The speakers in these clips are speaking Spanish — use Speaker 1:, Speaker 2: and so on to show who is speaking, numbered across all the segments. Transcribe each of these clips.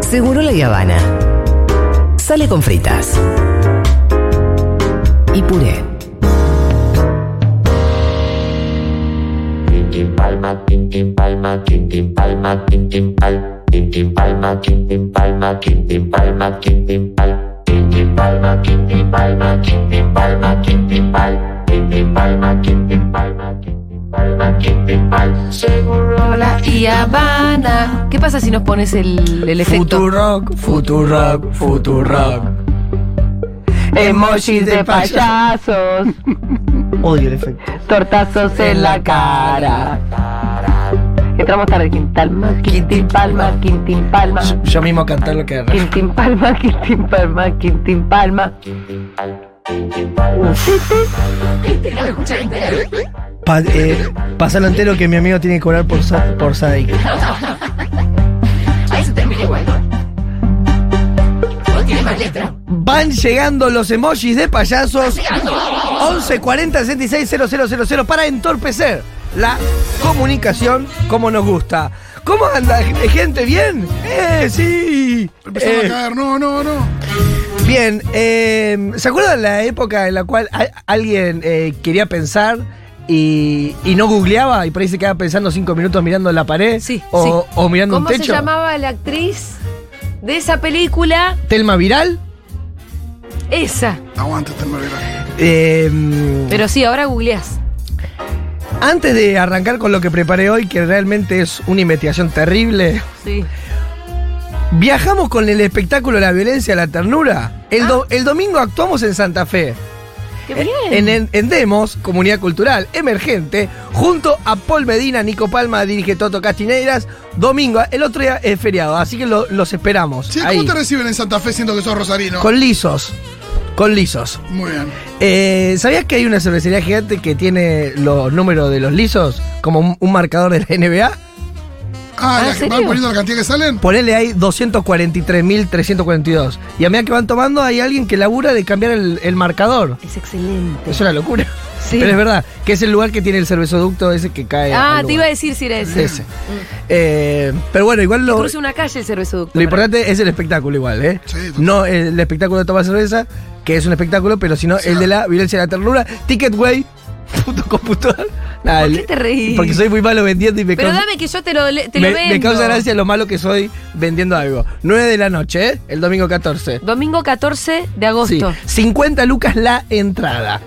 Speaker 1: Seguro la Habana. Sale con fritas. Y puré.
Speaker 2: Tintin palma, tintin palma, tintin palma, tintin pal. Tintin palma, tintin palma, tintin palma, tintin pal. Tintin palma, tintin palma, tintin palma, tintin pal. Tintin palma, tintin palma, tintin palma, tintin pal. Seguro la
Speaker 3: Y Habana. ¿Qué pasa si nos pones el, el efecto?
Speaker 4: Futurock, Futurock, Futurock. Emojis de
Speaker 5: payasos,
Speaker 4: Odio el efecto.
Speaker 5: tortazos en la cara. Entramos tarde, Quintalma, Quintín Palma, Quintín Palma,
Speaker 4: Yo, yo mismo cantar lo que
Speaker 5: Quintín Palma, Quintín Palma, Quintín Palma.
Speaker 4: Pa- eh, pasalo entero que mi amigo tiene que cobrar por, sa- por Sadik. Van llegando los emojis de payasos 1140 000 para entorpecer la comunicación como nos gusta. ¿Cómo anda gente? ¿Bien? ¡Eh, sí!
Speaker 6: Empezamos
Speaker 4: Eh,
Speaker 6: a caer, no, no, no.
Speaker 4: Bien, eh, ¿se acuerdan la época en la cual a- alguien eh, quería pensar y, y no googleaba y por ahí se quedaba pensando cinco minutos mirando la pared
Speaker 3: Sí,
Speaker 4: o,
Speaker 3: sí.
Speaker 4: o mirando un
Speaker 3: ¿Cómo se
Speaker 4: techo?
Speaker 3: llamaba la actriz de esa película?
Speaker 4: Telma Viral.
Speaker 3: Esa.
Speaker 6: Aguanta este malvera.
Speaker 4: Eh,
Speaker 3: Pero sí, ahora googleás.
Speaker 4: antes de arrancar con lo que preparé hoy, que realmente es una investigación terrible,
Speaker 3: Sí.
Speaker 4: viajamos con el espectáculo La violencia, la ternura.
Speaker 3: Ah.
Speaker 4: El, do- el domingo actuamos en Santa Fe.
Speaker 3: Qué bien.
Speaker 4: Eh, En, en- en Demos, comunidad cultural emergente, junto a Paul Medina, Nico Palma, dirige Toto Castineras, domingo, el otro día es feriado, así que lo- los esperamos.
Speaker 6: Che, ¿cómo
Speaker 4: ahí.
Speaker 6: te reciben en Santa Fe siendo que sos rosarino?
Speaker 4: Con lisos, con lisos.
Speaker 6: Muy bien.
Speaker 4: Eh, ¿Sabías que hay una cervecería gigante que tiene los números de los lisos como un, un marcador de la NBA?
Speaker 6: Ah,
Speaker 3: ¿en
Speaker 6: la-
Speaker 3: serio?
Speaker 6: van poniendo la cantidad que salen.
Speaker 4: Ponele ahí 243.342. Y a medida que van tomando hay alguien que labura de cambiar el, el marcador.
Speaker 3: Es excelente.
Speaker 4: Es una locura.
Speaker 3: Sí.
Speaker 4: Pero es verdad, que es el lugar que tiene el cervezoducto ese que cae.
Speaker 3: Ah, te
Speaker 4: al lugar.
Speaker 3: iba a decir si era ese.
Speaker 4: Ese. Eh, pero bueno, igual lo,
Speaker 3: Cruza una calle el cervezoducto.
Speaker 4: lo importante es el espectáculo igual, ¿eh?
Speaker 6: Sí, total.
Speaker 4: no el espectáculo de Tomás Cerveza, que es un espectáculo, pero sino el de la violencia y la ternura, ticketway.com.ar.
Speaker 3: ¿Por
Speaker 4: Nada, Ah, el-
Speaker 3: qué te reís?
Speaker 4: Porque soy muy malo vendiendo y me
Speaker 3: Pero
Speaker 4: causa,
Speaker 3: dame que yo te lo, le- te lo
Speaker 4: me,
Speaker 3: vendo.
Speaker 4: me causa gracia lo malo que soy vendiendo algo. 9 de la noche, ¿eh? El domingo 14.
Speaker 3: Domingo 14 de agosto.
Speaker 4: Sí, 50 lucas la entrada.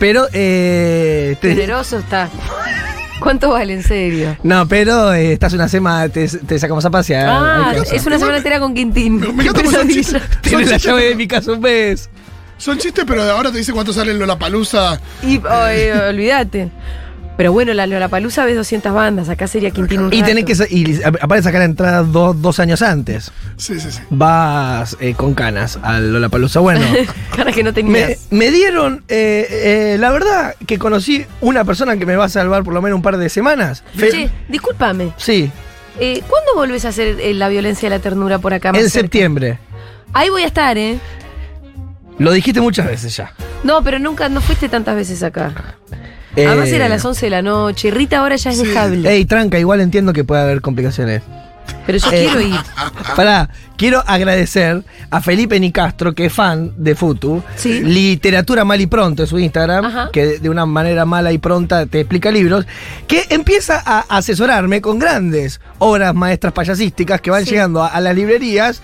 Speaker 4: Pero, eh, te-
Speaker 3: Generoso está. ¿Cuánto vale, en serio?
Speaker 4: No, pero eh, estás una semana, te, te sacamos a pasear.
Speaker 3: Ah,
Speaker 4: hay cosas.
Speaker 3: es una semana entera con Quintín.
Speaker 6: Me- me encanta porque son
Speaker 3: Pesadilla.
Speaker 6: chistes.
Speaker 4: Tiene
Speaker 6: Son
Speaker 4: la
Speaker 6: chistes,
Speaker 4: llave de
Speaker 6: pero-
Speaker 4: mi casa un mes.
Speaker 6: Son chistes, pero ahora te dicen cuánto sale la palusa.
Speaker 3: Y oh, eh, olvídate. Pero bueno, la Lollapalooza ves 200 bandas, acá sería Quintín un
Speaker 4: Y
Speaker 3: rato.
Speaker 4: tenés que. sa- Y ap- aparte sacar la entrada dos, dos años antes.
Speaker 6: Sí, sí, sí.
Speaker 4: Vas eh, con canas a la palusa. Bueno.
Speaker 3: Cara que no
Speaker 4: Me,
Speaker 3: tenías.
Speaker 4: me dieron, eh, eh, la verdad, que conocí una persona que me va a salvar por lo menos un par de semanas. Fe-
Speaker 3: Che, discúlpame.
Speaker 4: sí,
Speaker 3: eh, ¿Cuándo volvés a hacer eh, la violencia de la ternura por acá? más
Speaker 4: en
Speaker 3: cerca?
Speaker 4: septiembre.
Speaker 3: Ahí voy a estar, ¿eh?
Speaker 4: Lo dijiste muchas veces ya.
Speaker 3: No, pero nunca, no fuiste tantas veces acá. Además
Speaker 4: Eh,
Speaker 3: era a las 11 de la noche. Rita ahora ya es
Speaker 6: Sí.
Speaker 3: dejable.
Speaker 4: Ey, tranca, igual entiendo que puede haber complicaciones.
Speaker 3: Pero yo
Speaker 4: Eh,
Speaker 3: quiero ir.
Speaker 4: Pará, quiero agradecer a Felipe Nicastro, que es fan de Futu.
Speaker 3: Sí.
Speaker 4: Literatura mal y pronto es su Instagram,
Speaker 3: Ajá.
Speaker 4: que de una manera mala y pronta te explica libros, que empieza a asesorarme con grandes obras maestras payasísticas que van
Speaker 3: Sí.
Speaker 4: llegando a, a las librerías.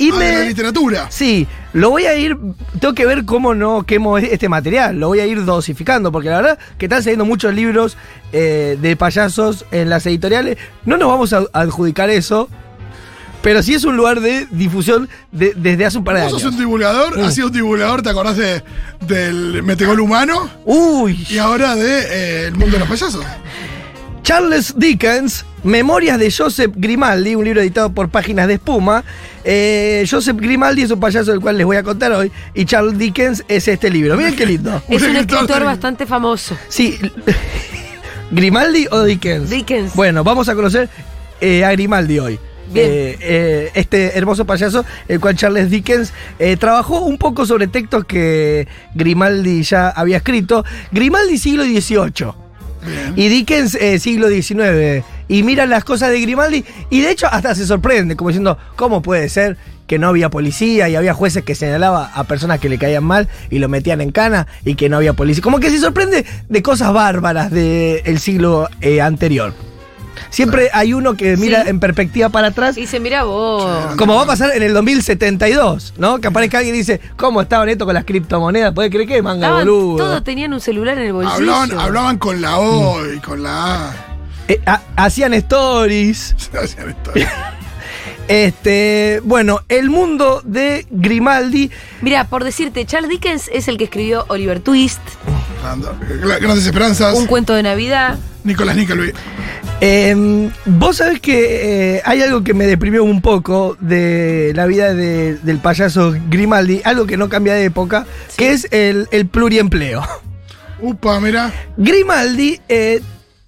Speaker 4: Y
Speaker 6: Ah,
Speaker 4: me.
Speaker 6: de la literatura.
Speaker 4: Sí, lo voy a ir, tengo que ver cómo no quemo e- este material, lo voy a ir dosificando, porque la verdad que están saliendo muchos libros eh, de payasos en las editoriales, no nos vamos a adjudicar eso, pero sí es un lugar de difusión de- desde hace un par de
Speaker 6: Vos sos un
Speaker 4: años.
Speaker 6: divulgador,
Speaker 4: Mm.
Speaker 6: has sido un divulgador, ¿te acordás de, del metegol humano?
Speaker 4: Uy,
Speaker 6: Y ahora de eh, El mundo de los payasos.
Speaker 4: Charles Dickens, Memorias de Joseph Grimaldi, un libro editado por Páginas de Espuma. Eh, Joseph Grimaldi es un payaso del cual les voy a contar hoy, y Charles Dickens es este libro, miren qué lindo.
Speaker 3: Es un
Speaker 6: escritor
Speaker 3: escritor
Speaker 6: terrible.
Speaker 3: bastante famoso.
Speaker 4: Sí. ¿Grimaldi o Dickens?
Speaker 3: Dickens.
Speaker 4: Bueno, vamos a conocer eh, a Grimaldi hoy.
Speaker 3: Bien.
Speaker 4: Eh, eh, este hermoso payaso, el cual Charles Dickens eh, trabajó un poco sobre textos que Grimaldi ya había escrito. Grimaldi siglo XVIII.
Speaker 6: Bien.
Speaker 4: Y Dickens, eh, siglo XIX. Y miran las cosas de Grimaldi y de hecho hasta se sorprende, como diciendo, ¿cómo puede ser que no había policía y había jueces que señalaba a personas que le caían mal y lo metían en cana y que no había policía? Como que se sorprende de cosas bárbaras del siglo eh, anterior. Siempre hay uno que mira
Speaker 3: Sí. Ah,
Speaker 4: en perspectiva para atrás
Speaker 3: Y dice, mira vos.
Speaker 4: como va a pasar en el 2072, ¿no? Que aparezca alguien y dice, ¿cómo estaban esto con las criptomonedas? ¿Puede creer que manga
Speaker 3: Estaban-
Speaker 4: boludo?
Speaker 3: todos tenían un celular en el bolsillo.
Speaker 6: Hablaban, hablaban con la O y con la A.
Speaker 4: Eh, ha- hacían stories.
Speaker 6: Hacían esto.
Speaker 4: Este, bueno, el mundo de Grimaldi.
Speaker 3: Mira, por decirte, Charles Dickens es el que escribió Oliver Twist,
Speaker 6: Gra- Grandes esperanzas.
Speaker 3: Un cuento de Navidad.
Speaker 6: Nicolás Nickelby.
Speaker 4: eh, Vos sabés que eh, hay algo que me deprimió un poco de la vida de- del payaso Grimaldi, algo que no cambia de época, que es el- el pluriempleo.
Speaker 6: Upa, mira.
Speaker 4: Grimaldi eh,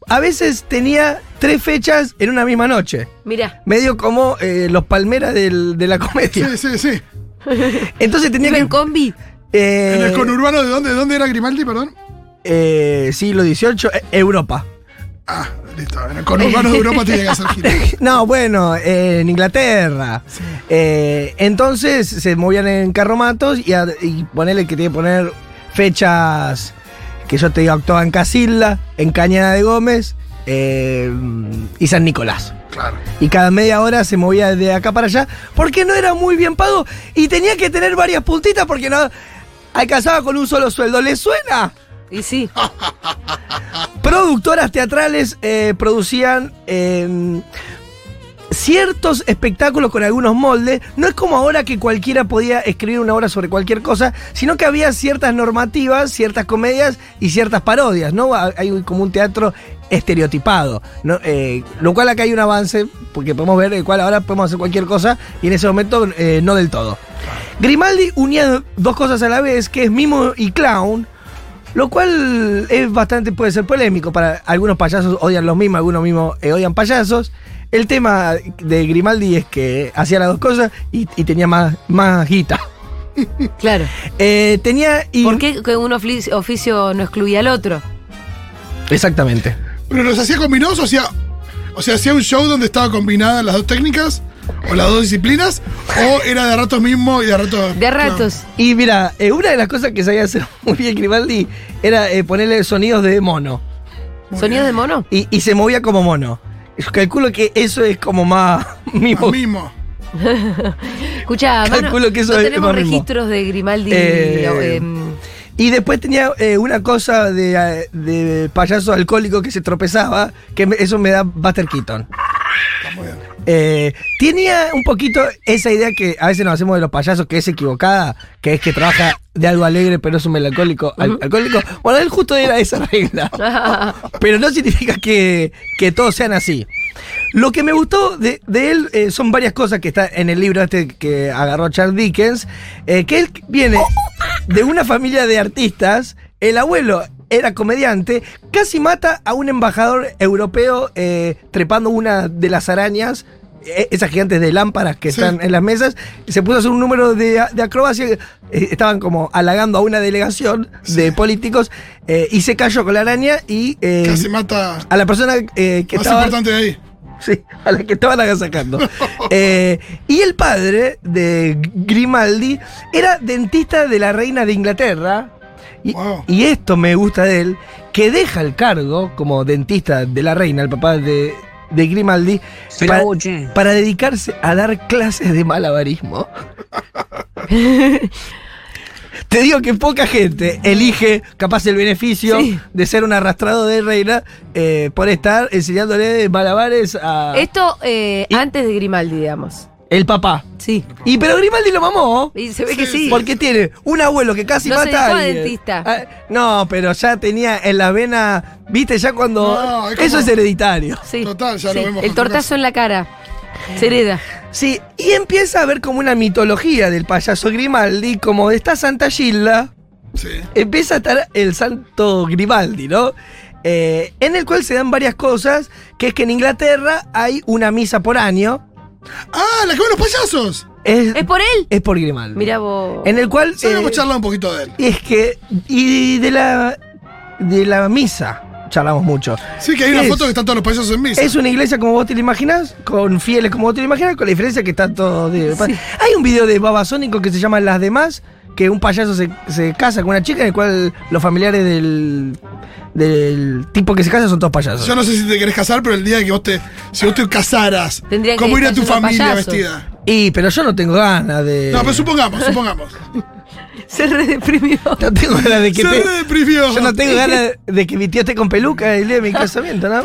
Speaker 4: a veces tenía tres fechas en una misma noche.
Speaker 3: Mira,
Speaker 4: medio como eh, los palmeras del- de la comedia.
Speaker 6: Sí, sí, sí.
Speaker 4: Entonces tenía
Speaker 3: ¿iba
Speaker 4: que.
Speaker 3: en combi?
Speaker 4: eh,
Speaker 6: ¿En el conurbano de dónde, de dónde era Grimaldi, perdón?
Speaker 4: eh, siglo XVIII, eh, Europa.
Speaker 6: Ah, listo. En el conurbano de Europa tiene que hacer gira.
Speaker 4: No, bueno, eh, en Inglaterra. Eh, entonces se movían en carromatos y, a- y ponele que tiene que poner fechas que yo te digo, actuaba en Casilda, en Cañada de Gómez eh, y San Nicolás.
Speaker 6: Claro.
Speaker 4: y cada media hora se movía de acá para allá porque no era muy bien pago y tenía que tener varias puntitas porque no alcanzaba con un solo sueldo. ¿Le suena?
Speaker 3: Y sí.
Speaker 4: Ah, Productoras teatrales eh, producían eh, ciertos espectáculos con algunos moldes. No es como ahora que cualquiera podía escribir una obra sobre cualquier cosa, sino que había ciertas normativas, ciertas comedias y ciertas parodias, ¿no? Ha- Hay un- como un teatro estereotipado, ¿no? Eh, lo cual acá hay un avance, porque podemos ver el cual ahora podemos hacer cualquier cosa y en ese momento eh, no del todo. Grimaldi unía dos cosas a la vez, que es mimo y clown, lo cual es bastante, puede ser polémico. Para algunos payasos odian los mismos, algunos mismos eh, odian payasos. El tema de Grimaldi es que hacía las dos cosas y, y tenía más, más guita.
Speaker 3: Claro.
Speaker 4: Eh, tenía. Y,
Speaker 3: ¿Por qué que un ofli- oficio no excluía al otro?
Speaker 4: Exactamente.
Speaker 6: ¿Pero los hacía combinados o hacía, o sea, hacía un show donde estaba combinadas las dos técnicas o las dos disciplinas? ¿O era de ratos mismo y de ratos...
Speaker 3: De ratos.
Speaker 4: Y mira, eh, una de las cosas que sabía hacer muy bien Grimaldi era eh, ponerle sonidos de mono.
Speaker 3: ¿Sonidos de mono?
Speaker 4: Y, y se movía como mono. Yo calculo que eso es como más
Speaker 6: Claro,
Speaker 4: mimo.
Speaker 6: más mismo.
Speaker 3: Escucha,
Speaker 4: Calculo que eso
Speaker 3: no
Speaker 4: es
Speaker 3: tenemos
Speaker 4: barrismo.
Speaker 3: registros de Grimaldi.
Speaker 4: Eh,
Speaker 3: o, em,
Speaker 4: Y después tenía eh, una cosa de, eh, de payaso alcohólico que se tropezaba, que me- eso me da Buster Keaton. Eh, tenía un poquito esa idea que a veces nos hacemos de los payasos que es equivocada, que es que trabaja de algo alegre pero es un melancólico al- alcohólico. Bueno, él justo era esa regla. pero no significa que, que todos sean así. Lo que me gustó de, de él eh, son varias cosas que está en el libro este que agarró Charles Dickens, eh, que él viene de una familia de artistas, el abuelo era comediante, casi mata a un embajador europeo eh, trepando una de las arañas, eh, esas gigantes de lámparas que
Speaker 6: Sí.
Speaker 4: están en las mesas, y se puso a hacer un número de, de acrobacia, eh, estaban como halagando a una delegación de políticos, eh, y se cayó con la araña y... eh,
Speaker 6: Casi mata...
Speaker 4: a la persona eh, que
Speaker 6: Más
Speaker 4: estaba
Speaker 6: importante de ahí.
Speaker 4: Sí, a la que estaban agasacando. Eh, y el padre de Grimaldi era dentista de la reina de Inglaterra. Y,
Speaker 6: Wow.
Speaker 4: y esto me gusta de él, que deja el cargo como dentista de la reina, el papá de, de Grimaldi, para, para dedicarse a dar clases de malabarismo. Te digo que poca gente elige capaz el beneficio
Speaker 3: Sí.
Speaker 4: de ser un arrastrado de reina eh, por estar enseñándole malabares a
Speaker 3: Esto eh, antes de Grimaldi, digamos.
Speaker 4: el papá.
Speaker 3: Sí.
Speaker 4: Y pero Grimaldi lo mamó.
Speaker 3: Y se ve que
Speaker 6: Sí,
Speaker 3: sí.
Speaker 4: Porque tiene un abuelo que casi
Speaker 3: No se
Speaker 4: mata
Speaker 3: dedicó a
Speaker 4: alguien.
Speaker 3: dentista.
Speaker 4: Ah, no, pero ya tenía en la vena, viste, ya cuando...
Speaker 6: No, es como-
Speaker 4: Eso es hereditario.
Speaker 3: Sí.
Speaker 6: Total, ya lo
Speaker 3: Sí.
Speaker 6: vemos
Speaker 3: El
Speaker 6: con
Speaker 3: tortazo
Speaker 6: Nicolás.
Speaker 3: en la cara.
Speaker 4: Eh.
Speaker 3: Se hereda.
Speaker 4: Sí, y empieza a haber como una mitología del payaso Grimaldi, como de esta Santa Gilda,
Speaker 6: Sí.
Speaker 4: empieza a estar el santo Grimaldi, ¿no? Eh, en el cual se dan varias cosas, que es que en Inglaterra hay una misa por año,
Speaker 6: Ah, la que van los payasos.
Speaker 4: es,
Speaker 3: ¿Es por él?
Speaker 4: es por Grimaldi.
Speaker 3: Mira vos.
Speaker 4: En el cual...
Speaker 6: Eh, Sí,
Speaker 4: eh,
Speaker 6: hemos charlado un poquito de él.
Speaker 4: es que... Y de la, de la misa, charlamos mucho.
Speaker 6: Sí, que hay una
Speaker 4: Es-
Speaker 6: foto que están todos los payasos en misa.
Speaker 4: Es una iglesia como vos te la imaginas, con fieles como vos te la imaginas, con la diferencia que está todo. de- Hay un video de Babasónico que se llama Las demás, que un payaso se, se casa con una chica en el cual los familiares del, del tipo que se casa son todos payasos.
Speaker 6: Yo no sé si te querés casar, pero el día que vos te. Si vos te casaras,
Speaker 3: Tendría que
Speaker 6: ¿cómo iría tu
Speaker 3: estar siendo
Speaker 6: familia
Speaker 3: payaso.
Speaker 6: vestida?
Speaker 4: Y, pero yo no tengo ganas de.
Speaker 6: No, pero
Speaker 4: Eh.
Speaker 6: supongamos, supongamos.
Speaker 3: Se redeprimió.
Speaker 4: No tengo ganas de que.
Speaker 6: Se
Speaker 4: te-
Speaker 6: re deprimió.
Speaker 4: yo no tengo ganas de que mi tío esté con peluca el día de mi casamiento, ¿no?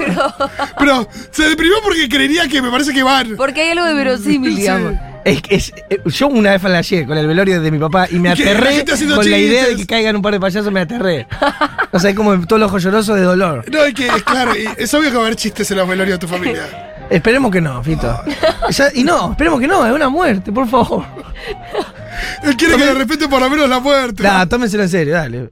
Speaker 6: Pero se deprimió porque creería que me parece que van.
Speaker 3: Porque hay algo de verosímil,
Speaker 6: Sí.
Speaker 3: digamos.
Speaker 4: Es, que es- eh, yo una vez fallé con el velorio de mi papá y me
Speaker 6: Y que la
Speaker 4: aterré
Speaker 6: gente
Speaker 4: con
Speaker 6: haciendo
Speaker 4: la idea de
Speaker 6: chistes.
Speaker 4: que caigan un par de payasos, me aterré. O sea, como todo el ojo lloroso de dolor.
Speaker 6: No, es que, claro, y es obvio que va a haber chistes en los velorios de tu familia.
Speaker 4: Esperemos que no, Fito. Ya- y no, esperemos que no, es una muerte, por favor.
Speaker 6: Él quiere que le respete por lo menos la muerte.
Speaker 4: Nah, tómenselo en serio, dale.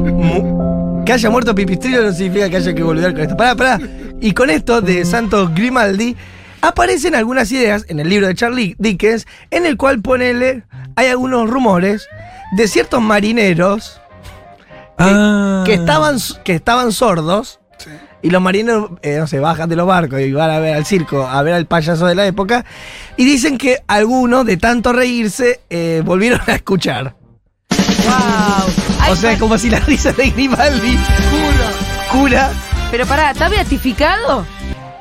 Speaker 4: Mu- Que haya muerto Pipistrillo no significa que haya que volver con esto. Pará, pará. Y con esto de Santos Grimaldi aparecen algunas ideas en el libro de Charlie Dickens, en el cual ponele, hay algunos rumores de ciertos marineros que estaban, que estaban sordos.
Speaker 6: Sí.
Speaker 4: Y los marineros, eh, no sé, bajan de los barcos y van a ver al circo, a ver al payaso de la época. Y dicen que algunos, de tanto reírse, eh, volvieron a escuchar.
Speaker 3: Wow.
Speaker 4: o sea, como si la risa de Grimaldi cura. cura.
Speaker 3: Pero pará, ¿está beatificado?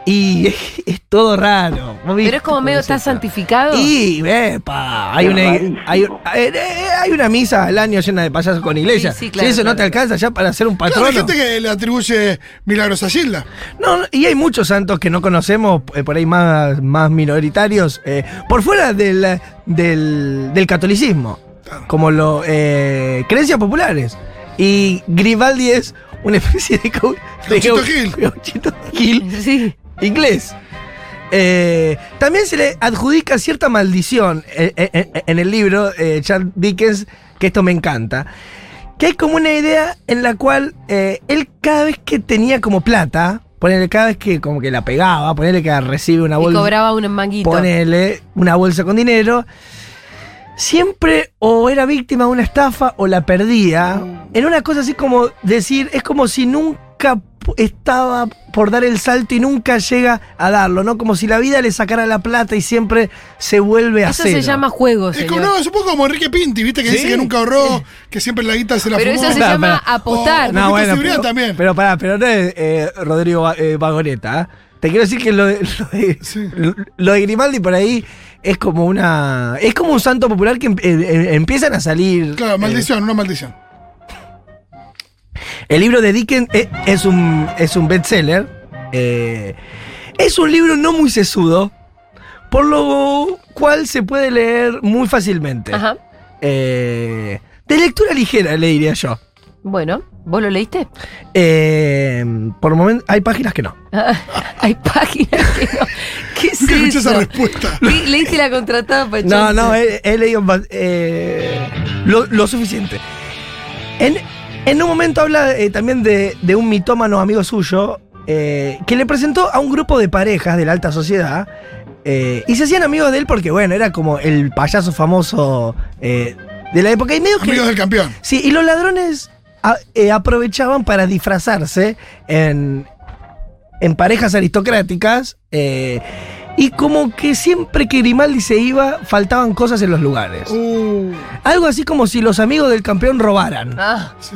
Speaker 4: Y es, es todo raro. ¿Vos viste
Speaker 3: Pero es como
Speaker 4: cómo
Speaker 3: medio,
Speaker 4: es
Speaker 3: ¿está
Speaker 4: esto?
Speaker 3: santificado?
Speaker 4: Y, epa, hay una, hay, eh, eh, hay una misa al año llena de payasos con iglesia.
Speaker 3: Sí, sí, claro,
Speaker 4: si eso no
Speaker 3: claro.
Speaker 4: te alcanza ya para ser un
Speaker 6: Claro,
Speaker 4: patrono.
Speaker 6: hay gente que le atribuye milagros a Gilda.
Speaker 4: No, no, y hay muchos santos que no conocemos, eh, por ahí más, más minoritarios, eh, por fuera del, del, del catolicismo, como los creencias populares. Y Grimaldi es una especie de... cau- de
Speaker 6: Gauchito
Speaker 4: gau-
Speaker 6: Gil.
Speaker 4: gauchito Gil
Speaker 3: Sí.
Speaker 4: inglés. Eh, también se le adjudica cierta maldición eh, eh, eh, en el libro eh, Charles Dickens, que esto me encanta, que hay como una idea en la cual eh, él cada vez que tenía como plata, ponele cada vez que como que la pegaba, ponele que recibe una
Speaker 3: Y
Speaker 4: bolsa,
Speaker 3: cobraba un manguito.
Speaker 4: ponele una bolsa con dinero, siempre o era víctima de una estafa o la
Speaker 3: Mm.
Speaker 4: perdía, en una cosa así como decir, es como si nunca pu- estaba por dar el salto y nunca llega a darlo, ¿no? Como si la vida le sacara la plata y siempre se vuelve a
Speaker 3: Eso se
Speaker 4: cero.
Speaker 3: llama juego,
Speaker 6: Es
Speaker 3: Oh, señor.
Speaker 6: como, no, es un poco como Enrique Pinti, ¿viste? Que
Speaker 4: Sí.
Speaker 6: dice que nunca ahorró, que siempre la guita se la
Speaker 3: Pero
Speaker 6: fumó.
Speaker 3: eso se
Speaker 4: No,
Speaker 3: llama
Speaker 4: pero-
Speaker 3: apostar.
Speaker 6: No, Porque posibilidad
Speaker 4: pero,
Speaker 6: también.
Speaker 4: pero pará, pero no es eh, Rodrigo Ba- eh, Vagoneta. ¿ah? Te quiero decir que lo de, lo, de,
Speaker 6: Sí.
Speaker 4: lo de Grimaldi por ahí es como una. Es como un santo popular que em- eh, eh, empiezan a salir.
Speaker 6: Claro,
Speaker 4: eh,
Speaker 6: maldición, una maldición.
Speaker 4: El libro de Dickens e- es un, es un bestseller. Eh, es un libro no muy sesudo, por lo cual se puede leer muy fácilmente.
Speaker 3: Ajá.
Speaker 4: Eh, de lectura ligera, le diría yo.
Speaker 3: Bueno, ¿vos lo leíste?
Speaker 4: Eh, por momento, hay páginas que no.
Speaker 3: Hay páginas que no. ¿Qué es
Speaker 6: Nunca escuché esa
Speaker 3: eso?
Speaker 6: respuesta.
Speaker 3: Le- ¿Leíste la contratada, Pachón?
Speaker 4: No, no, he, he leído ba- eh, lo, lo suficiente. En, en un momento habla eh, también de, de un mitómano amigo suyo eh, que le presentó a un grupo de parejas de la alta sociedad eh, y se hacían amigos de él porque, bueno, era como el payaso famoso eh, de la época. Y medio que-
Speaker 6: Amigos del campeón.
Speaker 4: Sí, y los ladrones a- eh, aprovechaban para disfrazarse en, en parejas aristocráticas. eh, y como que siempre que Grimaldi se iba, faltaban cosas en los lugares.
Speaker 6: Uh,
Speaker 4: Algo así como si los amigos del campeón robaran.
Speaker 3: Ah,
Speaker 6: sí.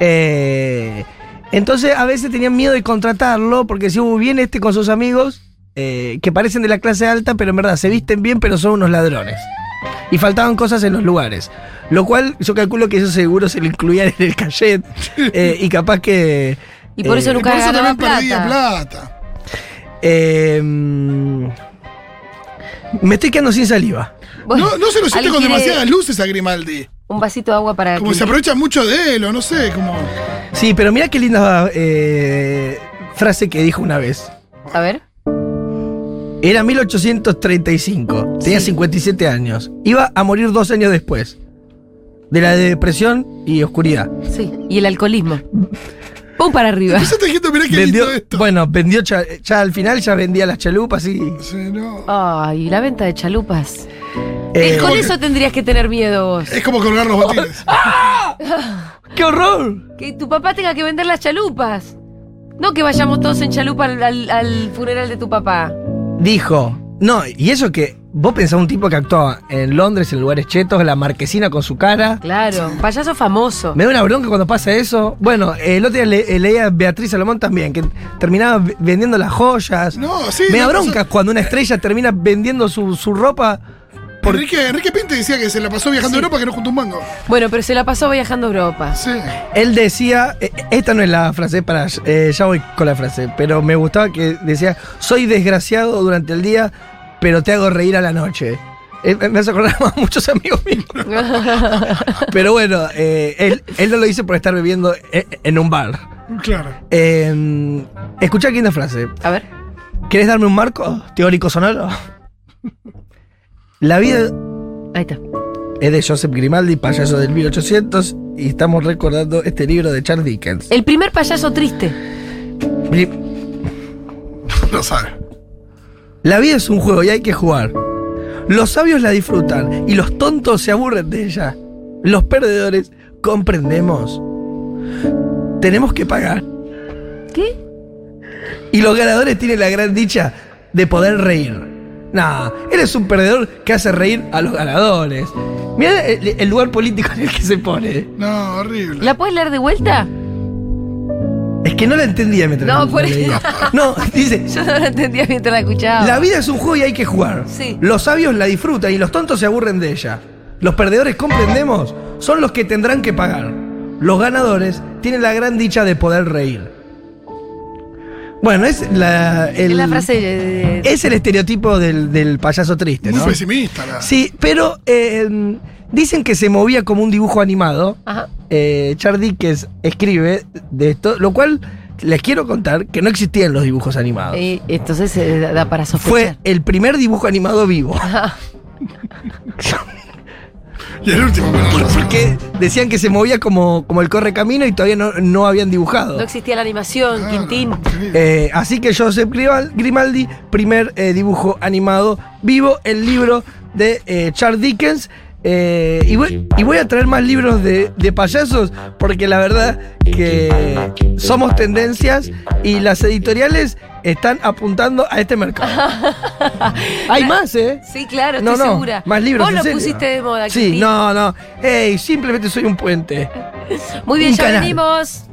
Speaker 4: Eh, entonces a veces tenían miedo de contratarlo porque si hubo bien este con sus amigos, eh, que parecen de la clase alta, pero en verdad se visten bien, pero son unos ladrones. Y faltaban cosas en los lugares. Lo cual yo calculo que eso seguro se lo incluían en el cachet. eh, y capaz que...
Speaker 3: y por eso
Speaker 4: eh,
Speaker 6: Y por
Speaker 3: nunca
Speaker 6: eso
Speaker 3: ganaba
Speaker 6: también
Speaker 3: plata.
Speaker 6: perdía plata.
Speaker 4: eh, mm, me estoy quedando sin saliva.
Speaker 3: Bueno,
Speaker 6: no, no se lo hiciste
Speaker 3: ¿alguien
Speaker 6: con
Speaker 3: quiere
Speaker 6: demasiadas luces a Grimaldi.
Speaker 3: Un vasito de agua para.
Speaker 6: Como
Speaker 3: que-
Speaker 6: se aprovecha mucho de él, o no sé, como.
Speaker 4: Sí, pero mira qué linda eh, frase que dijo una vez.
Speaker 3: A ver.
Speaker 4: Era 1835, tenía 57 años. Iba a morir dos años después. De la depresión y oscuridad.
Speaker 3: Sí. Y el alcoholismo. Pum para arriba.
Speaker 6: Empezaste diciendo, mirá qué
Speaker 4: Vendió,
Speaker 6: lindo esto.
Speaker 4: bueno, vendió cha- ya, al final ya vendía las chalupas y.
Speaker 6: Sí, no.
Speaker 3: Ay, la venta de chalupas.
Speaker 4: eh,
Speaker 3: Eh, con eso tendrías que tener miedo vos.
Speaker 6: Es como colgar los batines.
Speaker 4: ¡Qué horror!
Speaker 3: Que tu papá tenga que vender las chalupas. No que vayamos todos en chalupa al, al- al funeral de tu papá.
Speaker 4: Dijo. No, y eso que vos pensás un tipo que actuaba en Londres, en lugares chetos, la marquesina con su cara.
Speaker 3: Claro, payaso famoso.
Speaker 4: Me da una bronca cuando pasa eso. Bueno, el otro día le- eh, leía a Beatriz Salomón también, que terminaba v- vendiendo las joyas.
Speaker 6: No, sí,
Speaker 4: Me da
Speaker 6: no,
Speaker 4: bronca cuando una estrella termina vendiendo su, su ropa.
Speaker 6: Enrique, Enrique Pinte decía que se la pasó viajando a Europa que no juntó un mango.
Speaker 3: Bueno, pero se la pasó viajando a Europa.
Speaker 6: Sí.
Speaker 4: Él decía, eh, esta no es la frase para, eh, ya voy con la frase, pero me gustaba que decía, soy desgraciado durante el día, pero te hago reír a la noche. Eh, Me hace acordar a muchos amigos míos. Pero bueno, eh, él, él no lo dice por estar bebiendo eh, en un bar.
Speaker 6: Claro.
Speaker 4: Eh, escucha aquí una frase.
Speaker 3: a ver.
Speaker 4: ¿Quieres darme un marco teórico sonoro? La vida
Speaker 3: Ahí está.
Speaker 4: es de Joseph Grimaldi, payaso del 1800, y estamos recordando este libro de Charles Dickens.
Speaker 3: El primer payaso triste.
Speaker 4: Gri-
Speaker 6: No sabe.
Speaker 4: La vida es un juego y hay que jugar. Los sabios la disfrutan y los tontos se aburren de ella. Los perdedores comprendemos. Tenemos que pagar.
Speaker 3: ¿Qué?
Speaker 4: Y los ganadores tienen la gran dicha de poder reír. Nah, eres un perdedor que hace reír a los ganadores. Mira el, el lugar político en el que se pone.
Speaker 6: No, horrible.
Speaker 3: ¿La puedes leer de vuelta?
Speaker 4: Es que no la entendía mientras
Speaker 3: No,
Speaker 4: la
Speaker 3: por
Speaker 4: leía. No, dice,
Speaker 3: Yo no la entendía mientras la escuchaba.
Speaker 4: la vida es un juego y hay que jugar.
Speaker 3: Sí.
Speaker 4: Los sabios la disfrutan y los tontos se aburren de ella. Los perdedores, comprendemos, son los que tendrán que pagar. Los ganadores tienen la gran dicha de poder reír. Bueno, es la, el-
Speaker 3: Es la frase de- de- de-
Speaker 4: Es el estereotipo del, del payaso triste,
Speaker 6: Muy
Speaker 4: ¿no?
Speaker 6: pesimista. La...
Speaker 4: Sí, pero eh, dicen que se movía como un dibujo animado.
Speaker 3: Ajá.
Speaker 4: Eh, Charles Dickens escribe de esto, lo cual les quiero contar que no existían los dibujos animados.
Speaker 3: Eh, entonces eh, da- da para
Speaker 4: Fue
Speaker 3: sospechar.
Speaker 4: el primer dibujo animado vivo.
Speaker 3: Ah,
Speaker 6: Y el último, con la razón.
Speaker 4: Porque decían que se movía como, como el correcamino y todavía no, no habían dibujado.
Speaker 3: No existía la animación,
Speaker 6: Ah,
Speaker 3: Quintín.
Speaker 6: increíble.
Speaker 4: Eh, así que Joseph Grimal- Grimaldi, primer eh, dibujo animado vivo, el libro de eh, Charles Dickens. Eh, y, voy, y voy a traer más libros de, de payasos porque la verdad que somos tendencias y las editoriales están apuntando a este mercado. Hay más, ¿eh?
Speaker 3: Sí, claro,
Speaker 4: No,
Speaker 3: estoy
Speaker 4: no,
Speaker 3: segura.
Speaker 4: más libros.
Speaker 3: Vos
Speaker 4: en
Speaker 3: lo
Speaker 4: serio.
Speaker 3: pusiste de moda,
Speaker 4: Sí,
Speaker 3: Quintín.
Speaker 4: no, no. Ey, simplemente soy un puente.
Speaker 3: Muy bien,
Speaker 4: un
Speaker 3: ya
Speaker 4: canal.
Speaker 3: venimos.